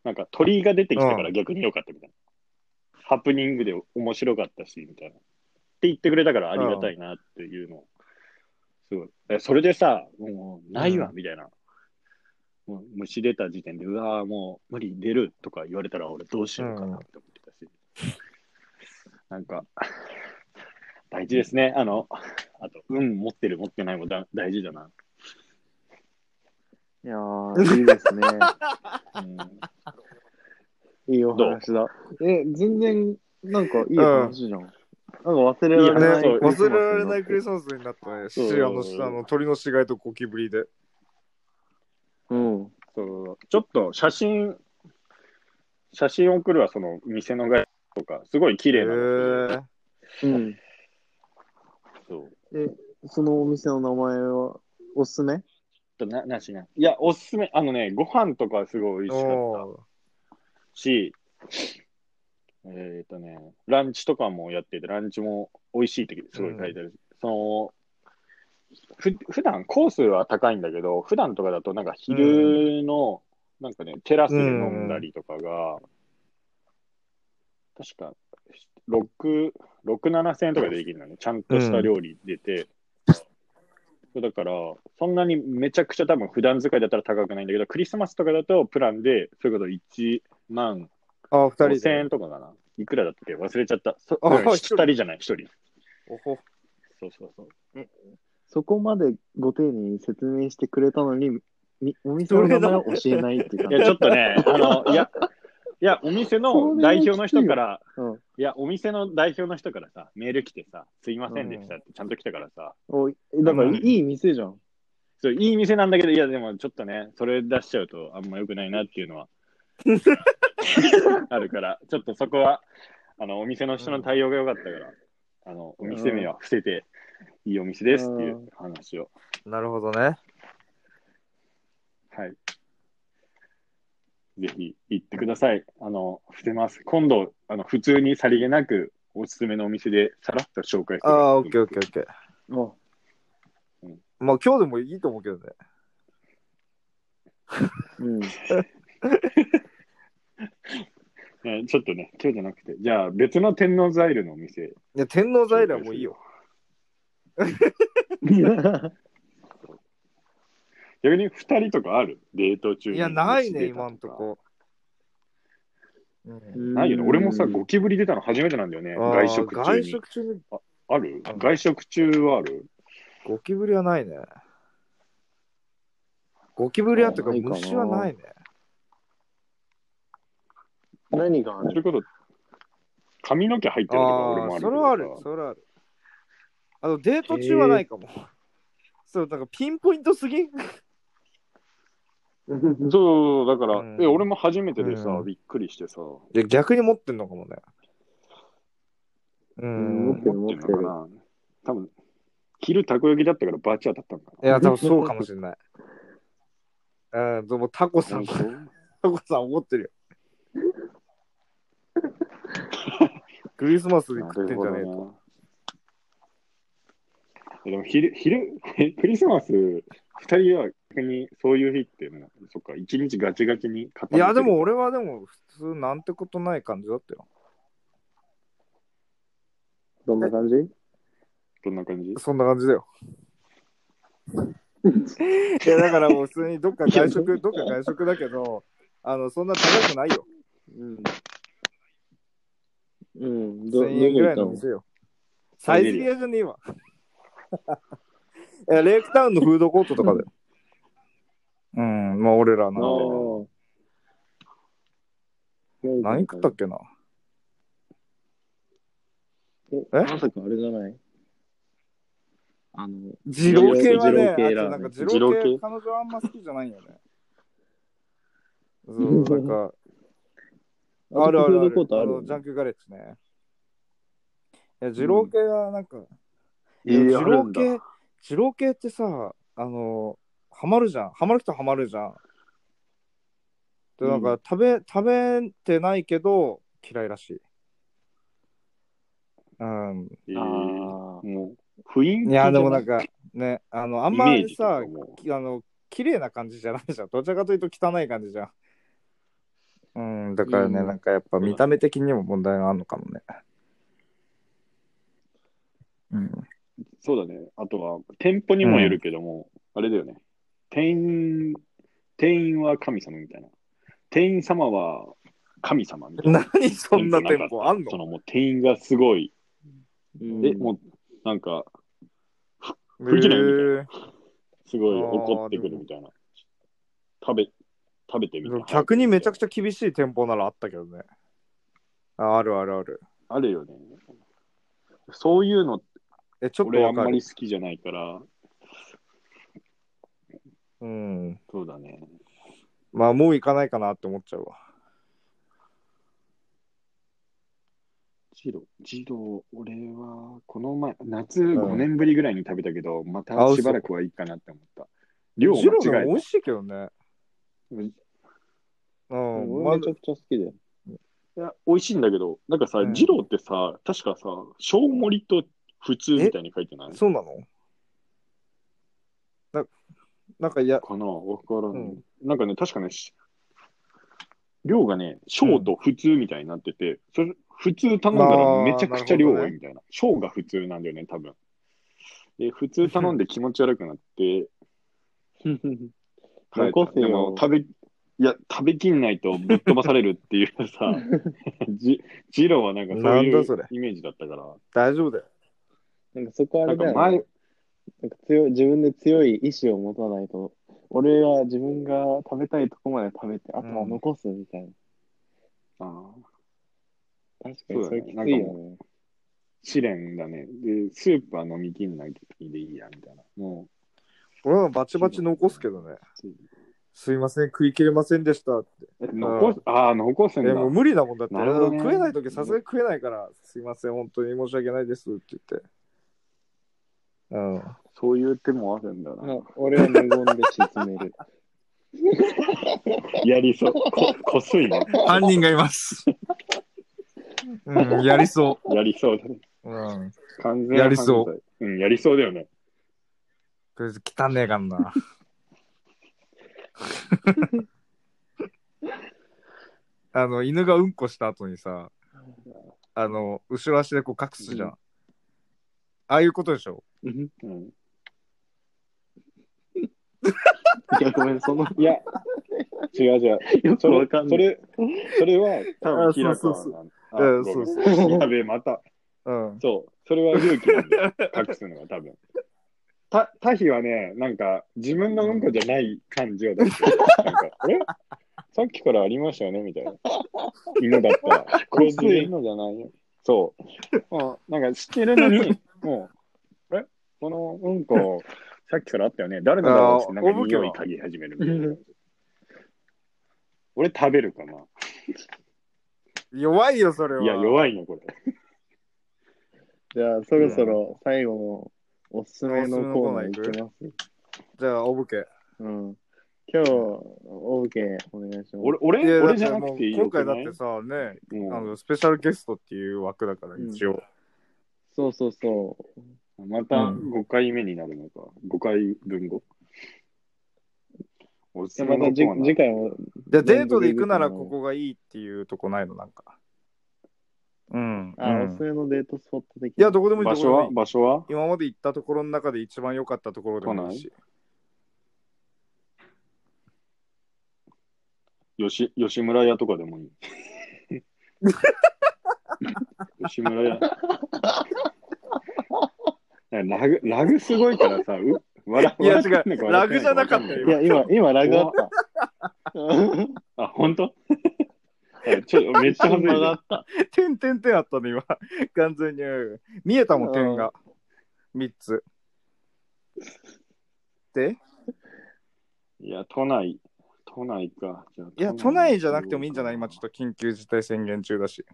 C: なんか鳥が出てきたから逆に良かったみたいな。ハプニングで面白かったし、みたいな。って言ってくれたからありがたいなっていうのを。すごい。えそれでさ、もうないわ
A: う、
C: みたいな。もう虫出た時点で、うわーもう無理出るとか言われたら俺どうしようかなって思ってたし。なんか、大事ですね。あの、あと、運持ってる持ってないもだ大事だな。
B: いやー、いいですね。
C: うん
B: いいお話だ。え、全然、なんかいい話じゃん。なんか忘れられ
A: ね
B: ない。
A: 忘れられないクリ
B: ス
A: スマスになったね。
C: そう
A: しあのあの鳥の死骸とゴキブリで。
B: マス。うん。
C: そうちょっと写真、写真送るわ、その店の外とか、すごい綺
A: へ
C: 麗なの、
A: ー
B: うん。
C: そう
B: そのお店の名前は、おすすめ
C: ちょっとななしな。いや、おすすめ、あのね、ご飯とかすごい美味しかった
A: お
C: し、えっ、とね、ランチとかもやってて、ランチも美味しいってすごい書いてある。そのふ普段コースは高いんだけど、普段とかだと、なんか昼の、なんかね、テラスで飲んだりとかが、確か6、6、7000円とかでできるのね。ちゃんとした料理出て。そうだから、そんなにめちゃくちゃ多分普段使いだったら高くないんだけど、クリスマスとかだとプランで、それこそ1万
A: あ、二人
C: 5000
A: で。
C: 円とかかな。いくらだったっけ忘れちゃった。そ
A: あ
C: うん
A: 一
C: 2
A: 人
C: 人じゃない、1人。
A: おほ
C: そうそうそう。
B: そこまでご丁寧に説明してくれたのに、みお店の名前を教えないっていう
C: いや、
B: 感
C: ちょっと ね、あの、いや、いや、お店の代表の人から、
B: じ。うん。
C: いや、お店の代表の人からさ、メール来てさ、すいませんでしたって、ちゃんと来たからさ、
B: おいだから、いい店じゃん。
C: そう、いい店なんだけど、いや、でもちょっとね、それ出しちゃうとあんま良くないなっていうの は、あるから、ちょっとそこは、あの、お店の人の対応が良かったから、あの、お店名は伏せて、いいお店ですっていう話を。
A: なるほどね。
C: はい。ぜひ行ってください。あの、伏せます。今度、あの、普通にさりげなく、おすすめのお店でさらっと紹介す
A: あ
C: る
A: あ、オッケーオッケーオッケー。
B: あ
A: まあ今日でもいいと思うけどね。
B: うん。
C: えーちょっとね、今日じゃなくて、じゃあ別の天王ザイルのお店。
A: いや、天皇在来はもういいよ。
C: 逆に2人とかあるデート中に。
A: いや、ないね、
C: 出たとか
A: 今んと。こ。うん
C: ないよね。俺もさ、
B: うん
C: ゴキブリ出たの初めてなんだよね。
A: あー
C: 外食中
A: 外
C: に。
A: 食中に
C: ある
A: うん
C: 外食中はある
A: ゴキブリはないね。ゴキブリはとか
B: あないかな
A: 虫はないね。
B: 何があ
C: そうい
B: る
C: うこと、髪の毛入ってるとか
A: あ
C: 俺もあ
A: あ、
C: る
A: それはある、それはある。あの、デート中はないかも。 そう、なんかピンポイントすぎん。
C: そう、だから、
A: うん
C: え、俺も初めてでさ、
A: うん
C: びっくりしてさ、
A: で逆に持ってんのかもね。う
B: 持っ
A: ん
B: て。る
C: 持
B: 持
C: っ
B: ってて
C: ん
B: る
C: のか。な多分、昼たこ焼きだったからバチ当たったんか
A: いや、多分そうかもしれない。うん、でもタコさ
C: な。
A: ん、タコさん怒ってるよ。クリスマスに食ってんじゃねえと。
C: と。えでも昼、昼、えクリスマス、二人は逆にそういう日って、もうそっか、一日ガチガチに固
A: い
C: めてる
A: や、でも、俺はでも普通なんてことない感じだったよ。
B: どんな感じ
C: どんな感じ
A: そんな感じだ よ。いや、だからもう普通にどっか外食、どっか外食だけど、あの、そんな高くないよ。
B: うん。うん。ど、どこ
A: 1000円ぐ
B: 行
A: ら
B: っ
A: い
B: た
A: の
B: の
A: 店よ。サイゼリアじゃねえわ。 いや、レイクタウンのフードコートとかだよ。うん、まあ俺らの。
B: ああ。
A: 何食ったっけな
B: え
A: え
B: まさかあれじゃないあの、
A: 二郎系はね、
B: 二郎系ラ
A: あと
B: ーメン
A: なんか二郎
C: 二郎
A: 系
C: 系
A: 彼女あんま好きじゃないよね。そう、なんか、あるあるあ
B: フード
A: る
B: コートあ
A: あ
B: るよ
A: のジ
B: ね
A: ャンクガレッジね。いや、二郎系はなんか、
C: えー
A: いや
C: あ
A: 二
C: る
A: 郎
C: んだ
A: 系、二郎系ってさ、あの、ハマるじゃん。ハマる人はハマるじゃん。で、なんか、食べ、食べてないけど、嫌いらしい。うん。
C: えー
B: あ
C: もう、雰囲気
A: いや、でもなんか、ね、あの、あんま
C: イメー
A: り
C: ジとか
A: さ、
C: も
A: きあの、綺麗な感じじゃないじゃん。どちらかというと汚い感じじゃん。うん、だからね、
B: うん
A: なんかやっぱ見た目的にも問題があるのかもね。うん。
C: そうだね。あとは、店舗にもよるけども、あれだよね。店員、店員は神様みたいな。店員様は神様みたいな。
A: 何そんな店舗あん
C: そ
A: の
C: のもう店員がすごい。
B: うん
C: で、もう、なんか、
A: え
C: 不機嫌みたい
A: ー、
C: すごい怒ってくるみたいな。食べ、食べてみたいな。
A: 客にめちゃくちゃ厳しい店舗ならあったけどね。ああるあるある。
C: あるよね。そういうの、
A: え、ちょっと
C: 俺あ
A: わ
C: ん
A: か
C: ま
A: る
C: り。好きじゃないから、
A: うん。
C: そうだね。
A: まあ、もう行かないかなって思っちゃうわ。
C: ジロ、ジロ、俺は、この前、夏5年ぶりぐらいに食べたけど、また
A: あ嘘
C: しばらくはいいかなって思った。量を
A: ジロー
C: 間
A: が
C: 違
A: 美
C: え
A: 味しいけどね。
C: た。い
A: うん。ま
B: 俺めちゃくちゃ好きだよ。
C: や、美味しいんだけど、なんかさ
A: う、ん
C: ジロってさ、確かさ、小盛りと普通みたいに書いてない
A: あそうなのななんか、いや、
C: かなわから
A: うんん。
C: なんかね、確かね、し量がね、小と普通みたいになってて、それ普通頼んだ
A: あ
C: ら
A: ー
C: めちゃくちゃ量
A: なるほ
C: 多
A: ど
C: いみたいな。小、が普通なんだよね、多分。で、普通頼んで気持ち悪くなって、
B: 残せ
C: でも
B: よ。
C: 食べ、いや、食べきんないとぶっ飛ばされるっ ていうさ、じ、ジローはなんかそうい
A: なんだそうれ
C: イメージだったから、
A: 大丈夫だよ。
B: なんかそこあ
C: な
B: れ
C: んか
B: だよね。
C: 前、
B: なんか強い自分で強い意志を持たないと、俺は自分が食べたいとこまで食べて、あとは残すみたいな。
C: あー
B: 確かにそれきつい
C: そうだねなんか
B: よね。
C: 試練だね。で、スープは飲みきんないでいいや、みたいな。もう、
A: 俺はバチバチ残すけどね
C: そう。
A: すいません、食い切れませんでしたって。
C: え残す、ああ、残す
A: え、
C: んだ。
A: もう無理だもんだって。
C: なるほどね
A: 食えないときさすがに食えないから、すいません、本当に申し訳ないですって言って。うん。
C: そういう手もあるんだな。
B: あ俺は無言で沈める。
C: やりそう。 こ、こすいな。
A: 犯人がい ます。うん、やりそ
C: やりそうだね。
A: う。うん。
C: 完全。
A: やりそう
C: うん、やりそうだよね。
A: とりあえず汚ねえかんな。 あの、犬がうんこした後にさ、あの、後ろ足でこう隠すじゃん。
C: う
A: ああいうことでしょ
B: うん
C: うん。
B: いや、ごめん、その、
C: いや、違う違う。
B: よく
C: そ
B: わ
C: れ
B: かん、な
C: そ
B: い。
C: れ、それは、多分
A: あ
C: 平
A: そう
C: 川
A: そう
C: なん
A: う
C: あ
A: うん
C: ごめん
A: そ
C: やべえ、また。
A: うん。
C: そう。それは勇気な んだよ。隠すのが多分。た、他比はね、なんか、自分のうんこじゃない感じを出してる。なんか、あれさっきからありましたよねみたいな。犬だったら。こ
B: こい
C: い
B: つ
C: つ
B: 言うのじゃないよ。
C: そう。まあ、なんか知ってるのに、もう、あれこのうんこ、さっきからあったよね。誰のだろうって、なんか
A: あーおぶけ
C: 匂
A: はい
C: 嗅ぎ始めるみたいな。俺食べるかな。
A: 弱いよ、それは。
C: いや、弱いの、これ。
B: じゃあ、そろそろ最後のおすすめのコーナーいきます。
A: じゃあ、おぶけ。
B: うん。今日、オブケお願いします。
D: 俺、俺、
A: いや
D: 俺じゃなくていい
A: だ
D: よ
A: ってもう今回だ
D: く
A: っ
D: ない
A: てさ、ね、
D: うん
A: あのスペシャルゲストっていう枠だから、一応。
B: そうそうそ
C: また
A: うん
C: 5回目になるのか。5回分後。おす
B: う。
C: す
B: ま
C: めの
B: た
C: コ
B: じ
C: ーナー
B: 次回も、
A: じゃあ、デートで行くならここがいいっていうとこないの、なんか。うん。
B: あ、
A: うん
B: おすすめのデートスポット的
A: いや、どこでもいい
C: 場
A: とこ
C: 所
A: ろ
C: は場所は
A: 今まで行ったところの中で一番良かったところでもいいし。
C: 吉吉村屋とかでもい い。吉村屋。ラグラグすごいからさ、う笑
A: いや
C: 笑ってんの
A: 違う
C: か笑てんの
A: ラグじゃなかったよ
B: いや、今、今、ラグあった。
C: あ、本当？ あちょめっちゃ恥ずいじゃん。
A: 点点点あったね、今。 完全に。うん見えたもん、点が。3つ。で
C: いや、都内。都内か。じゃあ
A: いや、都内じゃなくてもいいんじゃない今、ちょっと緊急事態宣言中だし。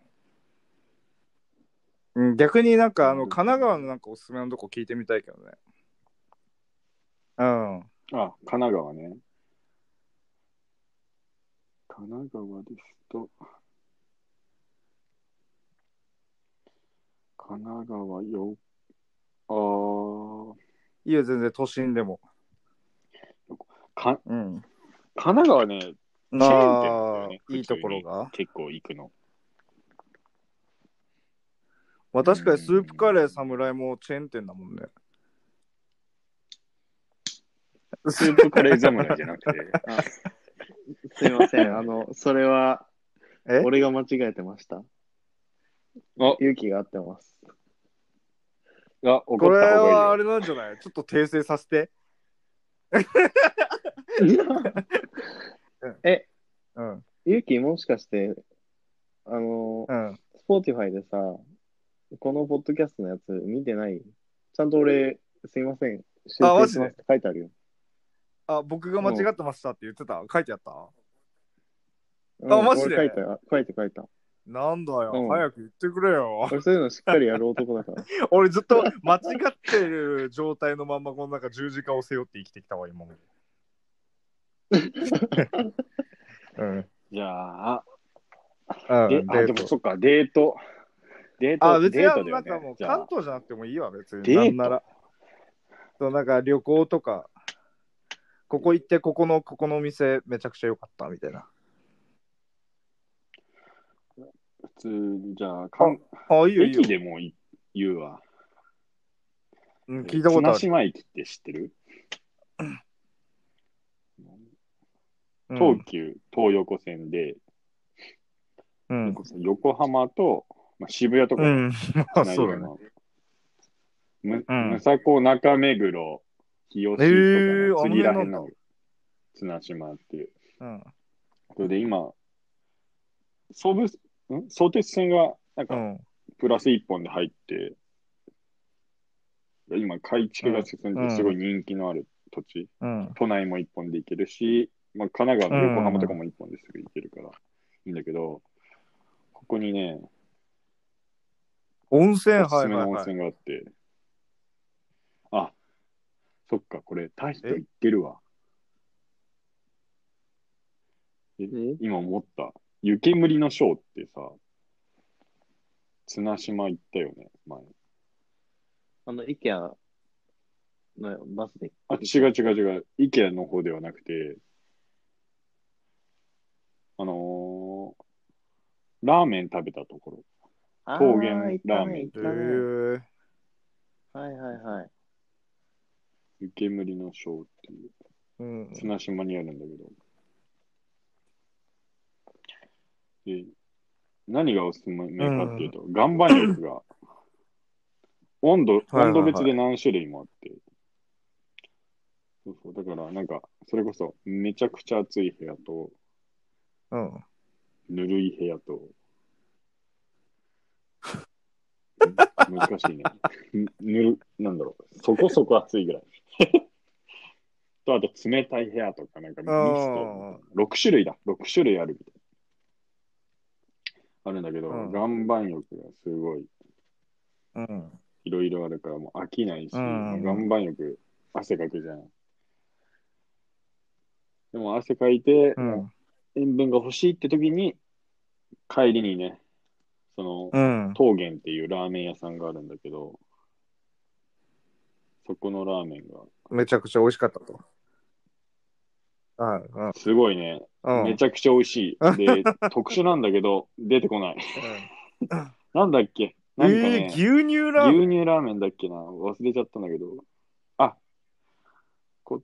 A: うん、逆になんか、あの、神奈川のなんかおすすめのとこ聞いてみたいけどね。うん。
C: あ、神奈川ね。神奈川ですと、神奈川よ、あ
A: いいよ、全然都心でも。
C: ーか、
A: うん。
C: 神奈川ね、
A: な
C: 店だよ
A: あ
C: ね、
A: いいところが。
C: 結構行くの。
A: まあ、確かにスープカレー侍もチェーン店だもんね。
C: スープカレー侍じゃなくて、
B: すいません、あの、それは、
A: え
B: 俺が間違えてました。
C: あ
B: 勇気が合ってます。
C: あ、怒
A: こ
C: っ
A: れ
C: た方
A: は
C: が
A: あ
C: いいよ。
A: れなんじゃないちょっと訂正させて。
B: え、
A: うん。
B: 勇気もしかして、あの、
A: うん。
B: スポーティファイでさ、このポッドキャストのやつ見てないちゃんと俺、すいません、修
A: あマ
B: 正
A: ジ
B: し
A: で
B: ますって書いてあるよ。
A: あ、僕が間違ってましたって言ってた書いてあった
B: うん
A: あマジで
B: 俺書いたよ、書いて書いた。
A: なんだよ、
B: うん
A: 早く言ってくれよ。
B: 俺そういうのしっかりやる男だから。
A: 俺ずっと間違ってる状態のまんまこの中十字架を背負って生きてきたわ、今も。うん。
C: じゃあ、
A: うん
C: で、あ、
A: デ
C: で
A: ー
C: も
A: ト
C: そっか、デート。デート、
A: あ、別に
C: デー
A: あ
C: ト
A: の
C: だ
A: な
C: よ
A: んかも
C: ね
A: う。
C: じゃ
A: 関
C: あ、
A: 東じゃなくてもいいわ、別
C: デ
A: に。
C: ー
A: な
C: ト
A: んなら。そうなんか旅行とか、ここ行って、ここの、ここのお店めちゃくちゃ良かったみたいな。
C: 普通に、じゃあ、かん
A: あ、いいよいいよ
C: 駅。でもい言うわ。
A: うん、聞いたことあ
C: 綱
A: る。
C: 島駅って知ってる、
A: うん
C: 東急東横線で、
A: うん。
C: 横浜と、まあ、渋谷とか
A: う
C: も
A: ん。 まあ、
C: 繋い
A: そう
C: で
A: だ
C: る
A: ね。
C: の、む
A: うん
C: むさこ中目黒、日吉とか
A: へ
C: の
A: ー
C: 次らへん
A: あの
C: の綱島っていう。
A: うん。
C: それで今、総武、ん相鉄線がな
A: う
C: んか
A: ん。
C: プラス1本で入って、今改築が進ん
A: うん
C: ですごい人気のある土地。
A: うん。
C: 都内も一本で行けるし、まあ、神奈川の横浜とかも一本ですぐ行けるから、いいんだけど、ここにね、
A: 温泉、
C: おす
A: は
C: す
A: い
C: め
A: はい
C: の温
A: はい。
C: 泉があって、あ、そっか、これ、大して行ってるわ。
B: え
C: 今思った。湯煙のショーってさ、綱島行ったよね、前。
B: あの、イケアのバスで。
C: あ、違う違う違う。IKEA の方ではなくて、あのーラーメン食べたところ。
B: あー
C: 高原ラーメン
B: 行った
A: へ
B: ね行っ
A: ー
B: たねはいはいはい。
C: 湯煙のショーっていう。
A: うん。
C: 綱島にあるんだけど。で何がおすすめかっていうと、岩盤 浴が温度、
A: はいはい
C: 温度別で何種類もあって。そうそう、だからなんか、それこそめちゃくちゃ暑い部屋と、
A: うん。
C: ぬるい部屋と、難しいね。ぬる、なんだろう。そこそこ暑いぐらい。 と、あと冷たい部屋とか、なんかミスト。6種類だ。6種類あるみたい。あるんだけど、
A: うん
C: 岩盤浴がすごい、
A: うん。
C: いろいろあるから、もう飽きないし、
A: うん
C: 岩盤浴、汗かくじゃん。でも汗かいて、
A: うん。
C: 塩分が欲しいって時に、帰りにね、その、
A: うん。
C: 桃源っていうラーメン屋さんがあるんだけど、そこのラーメンが、
A: めちゃくちゃ美味しかったと。はい。うん
C: すごいね、
A: うん。
C: めちゃくちゃ美味しい。 で、特殊なんだけど、出てこない。なんだっけなんか
A: え
C: ね
A: ー、、牛乳ラーメン
C: 牛乳ラーメンだっけな忘れちゃったんだけど、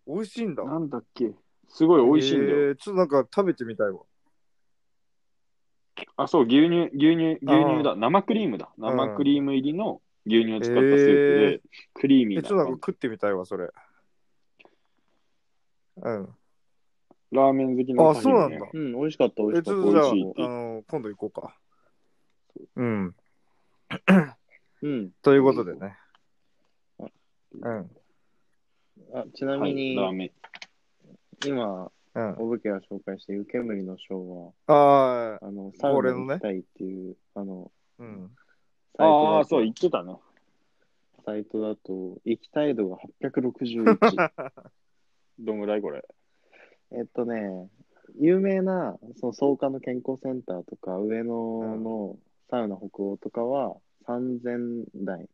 A: 美味しいんだ。
C: なんだっけすごい美味しいんだよ。
A: えーちょっとなんか食べてみたいわ。
C: あ、そう、牛乳、牛乳、牛乳だ。生クリームだ。生クリーム入りの牛乳を使ったスープで、
A: えー
C: クリーミ
A: え、
C: ー
A: ちょっとなんか
C: な。
A: 食ってみたいわ、それ。うん。
C: ラーメン好きの
A: あ、そうなんだ。
B: うん、美味しかった、美味
A: え、
B: し
A: ち
B: か
A: ょ
B: っ
A: っとじゃ
C: 美味しいって
A: あ、あの、今度行こうか。うん。
B: た。うん。
A: ということでね。うん。
B: あちな
C: は
B: み
C: い、
B: に、
C: ラーメン。
B: 今、
A: うん。
B: お武家が紹介して、湯煙の章は、
A: ああ、
B: あの、サウナに行きたいっていう、あの、
A: うん。
B: サイトだと
C: ああ、そう、言ってたね。
B: サイトだと、行きたい度が861。
C: どんぐらいこれ。
B: えっとね、有名な、その草加の健康センターとか、上野のサウナ北欧とかは、3000台。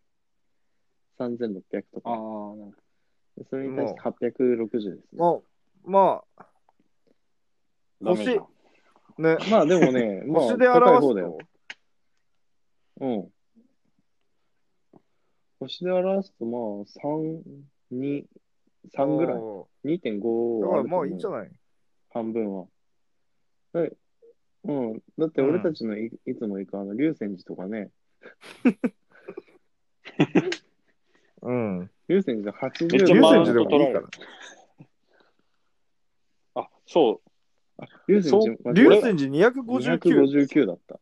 B: 3600と
C: ああ、
B: か。でそれに対して860ですね。
A: まあ、ま
C: ラーメンだ。
A: あ、ね。
B: まあで もね、まあ、
A: 星で
B: 高い方
A: 表
B: だ
A: す
B: よ
A: と。。
B: うん。星で表すと、まあ、3、2、3ぐらい。
A: おー
B: 2.5
A: だか
B: はあ
A: ら
B: ると
A: ま
B: 思
A: あ
B: う
A: いいんじゃない
B: 半分は。えうん。だって俺たちのい,、いつも行くあの、竜泉寺とかね、
A: うん。
B: 竜泉寺80
C: めっ
A: 流
C: ちゃ
A: 泉
C: マウ
A: 寺
C: ン
A: で
C: ト
A: もい
C: 取ら
A: い
C: れ
A: から
C: る。。あ、そう。
B: あ竜泉寺、まあ
A: 流
B: 俺
A: 泉寺259。
B: 259だった。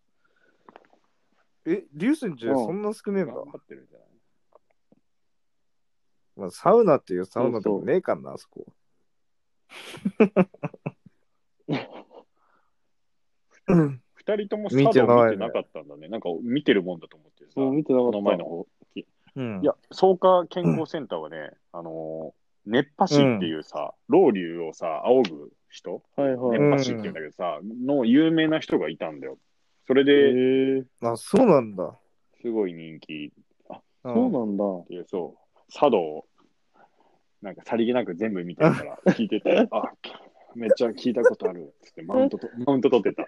A: え、流泉寺
B: うん
A: そんな少ねえんだ。
C: 頑張ってるじゃない。
A: まあ、サウナっていうサウナでもねえかんな、あそ こ。うん
C: 二人ともサ
A: 見てない
C: バを
A: ね
C: 見てなかったんだね。なんか見てるもんだと思ってさ、
B: もう
C: こ
B: 見てなか
C: の前の
B: っ
C: 方。
A: うん
C: いや、草加健康センターはね、あのー、熱波師っていうさ、老竜をさ、仰ぐ人、
B: た。はいはい。
C: 熱
A: うん
C: 波師って言うんだけどさ、の有名な人がいたんだよ。それで、
B: へえ
A: あ、そうなんだ。
C: すごい人気
A: う
B: そうんなんだ。
C: っていう、そう、茶道を、なんかさりげなく全部見て るから、聞いてて、あ、めっちゃ聞いたことあるっつって、マウントと、マウント取っ てた。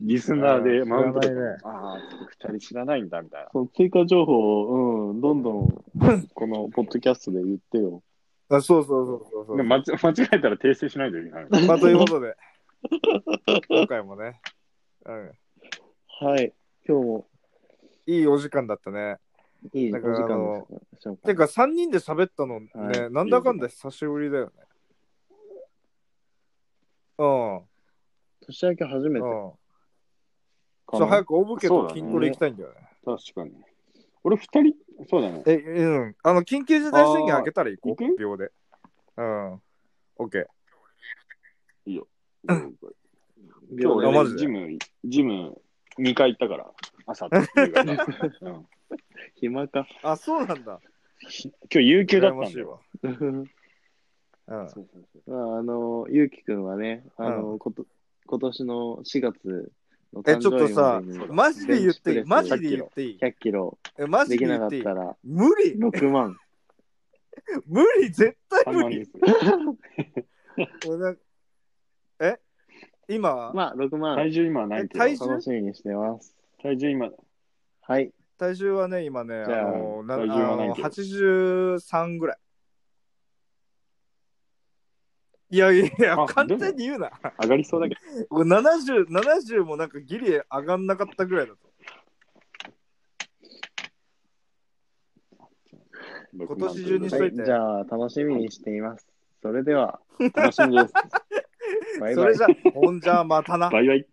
C: リスナーでマウント取ってた。ああー、二人知らないんだ、みたいな。
B: その追加情報を、うん、どんど ん、このポッドキャストで言ってよ。
A: あ、そうそうそうそうそう。
C: で
A: ま
C: 間違間違えたら訂正しないといけない。
A: あ、ということで、今回もね、うん、
B: はい。今日も
A: いいお時間だったね。
B: いい
A: だ
B: お時
A: から
B: 間ですね。
A: てか、3人で喋ったのね、
B: はい
A: なんだかんだ久しぶりだよね。うん。
B: 年明け初めて。
A: うん。
C: か
A: ちょ、
C: な
A: 早く大武家と筋トレ行きたいんだよね。
C: 確かに。俺二人、そうだね。
A: え、うん。あの、緊急事態宣言開けたら行こ
C: あー行
A: う、秒で。うん。オッケー。
C: 今日
A: あマジ
C: 俺
A: で
C: ジム、ジム2回行ったから、朝と 夕方、うん。今
B: 暇か。
A: あ、そうなんだ。
C: 日有給だった
A: 羨
C: ん
A: まし
C: だ
A: い
C: よ。
A: わ。
B: うん
A: うん。
C: そうそうそう
B: まあ、あの、ゆうきくんはね、あの、こと今年の4月の
A: え
B: 誕
A: ちょっ
B: 生
A: と
B: 日
A: さ
B: までに
A: マジで言ってい
B: ベ
A: い
B: ンチプレス
A: マジで言っていい
B: 100キロ
A: えマジ
B: で
A: で
B: きな
A: 言
B: か
A: っ
B: って
A: いい
B: たら
A: 無理
B: 6万。
A: 無理絶対
C: 三
A: 無
C: 万
A: 理
C: ですよ
A: 俺なんかえ今、
B: まあ、6万
C: 体、重今はないけど、
A: え体重
B: 楽しみにしてます。
C: 体重今、
B: はい。
A: 体重はね今ねあ
B: じゃあ
A: のなあ
C: 体重はない
A: の
C: けど
A: 83ぐらいいやいやいや
C: あ
A: 簡単に言うな
C: 上がりそうだけど、
A: 俺 70, 70もなんかギリ上がんなかったぐらいだと
C: 今
A: 今年中にし
B: は
A: と
B: い、
A: いて
B: じゃあ、楽しみにしています。それでは、
C: 楽しみです。
B: バイ
A: そ
B: バイ
A: れじ。ゃほんじゃまたな
C: バイバイ。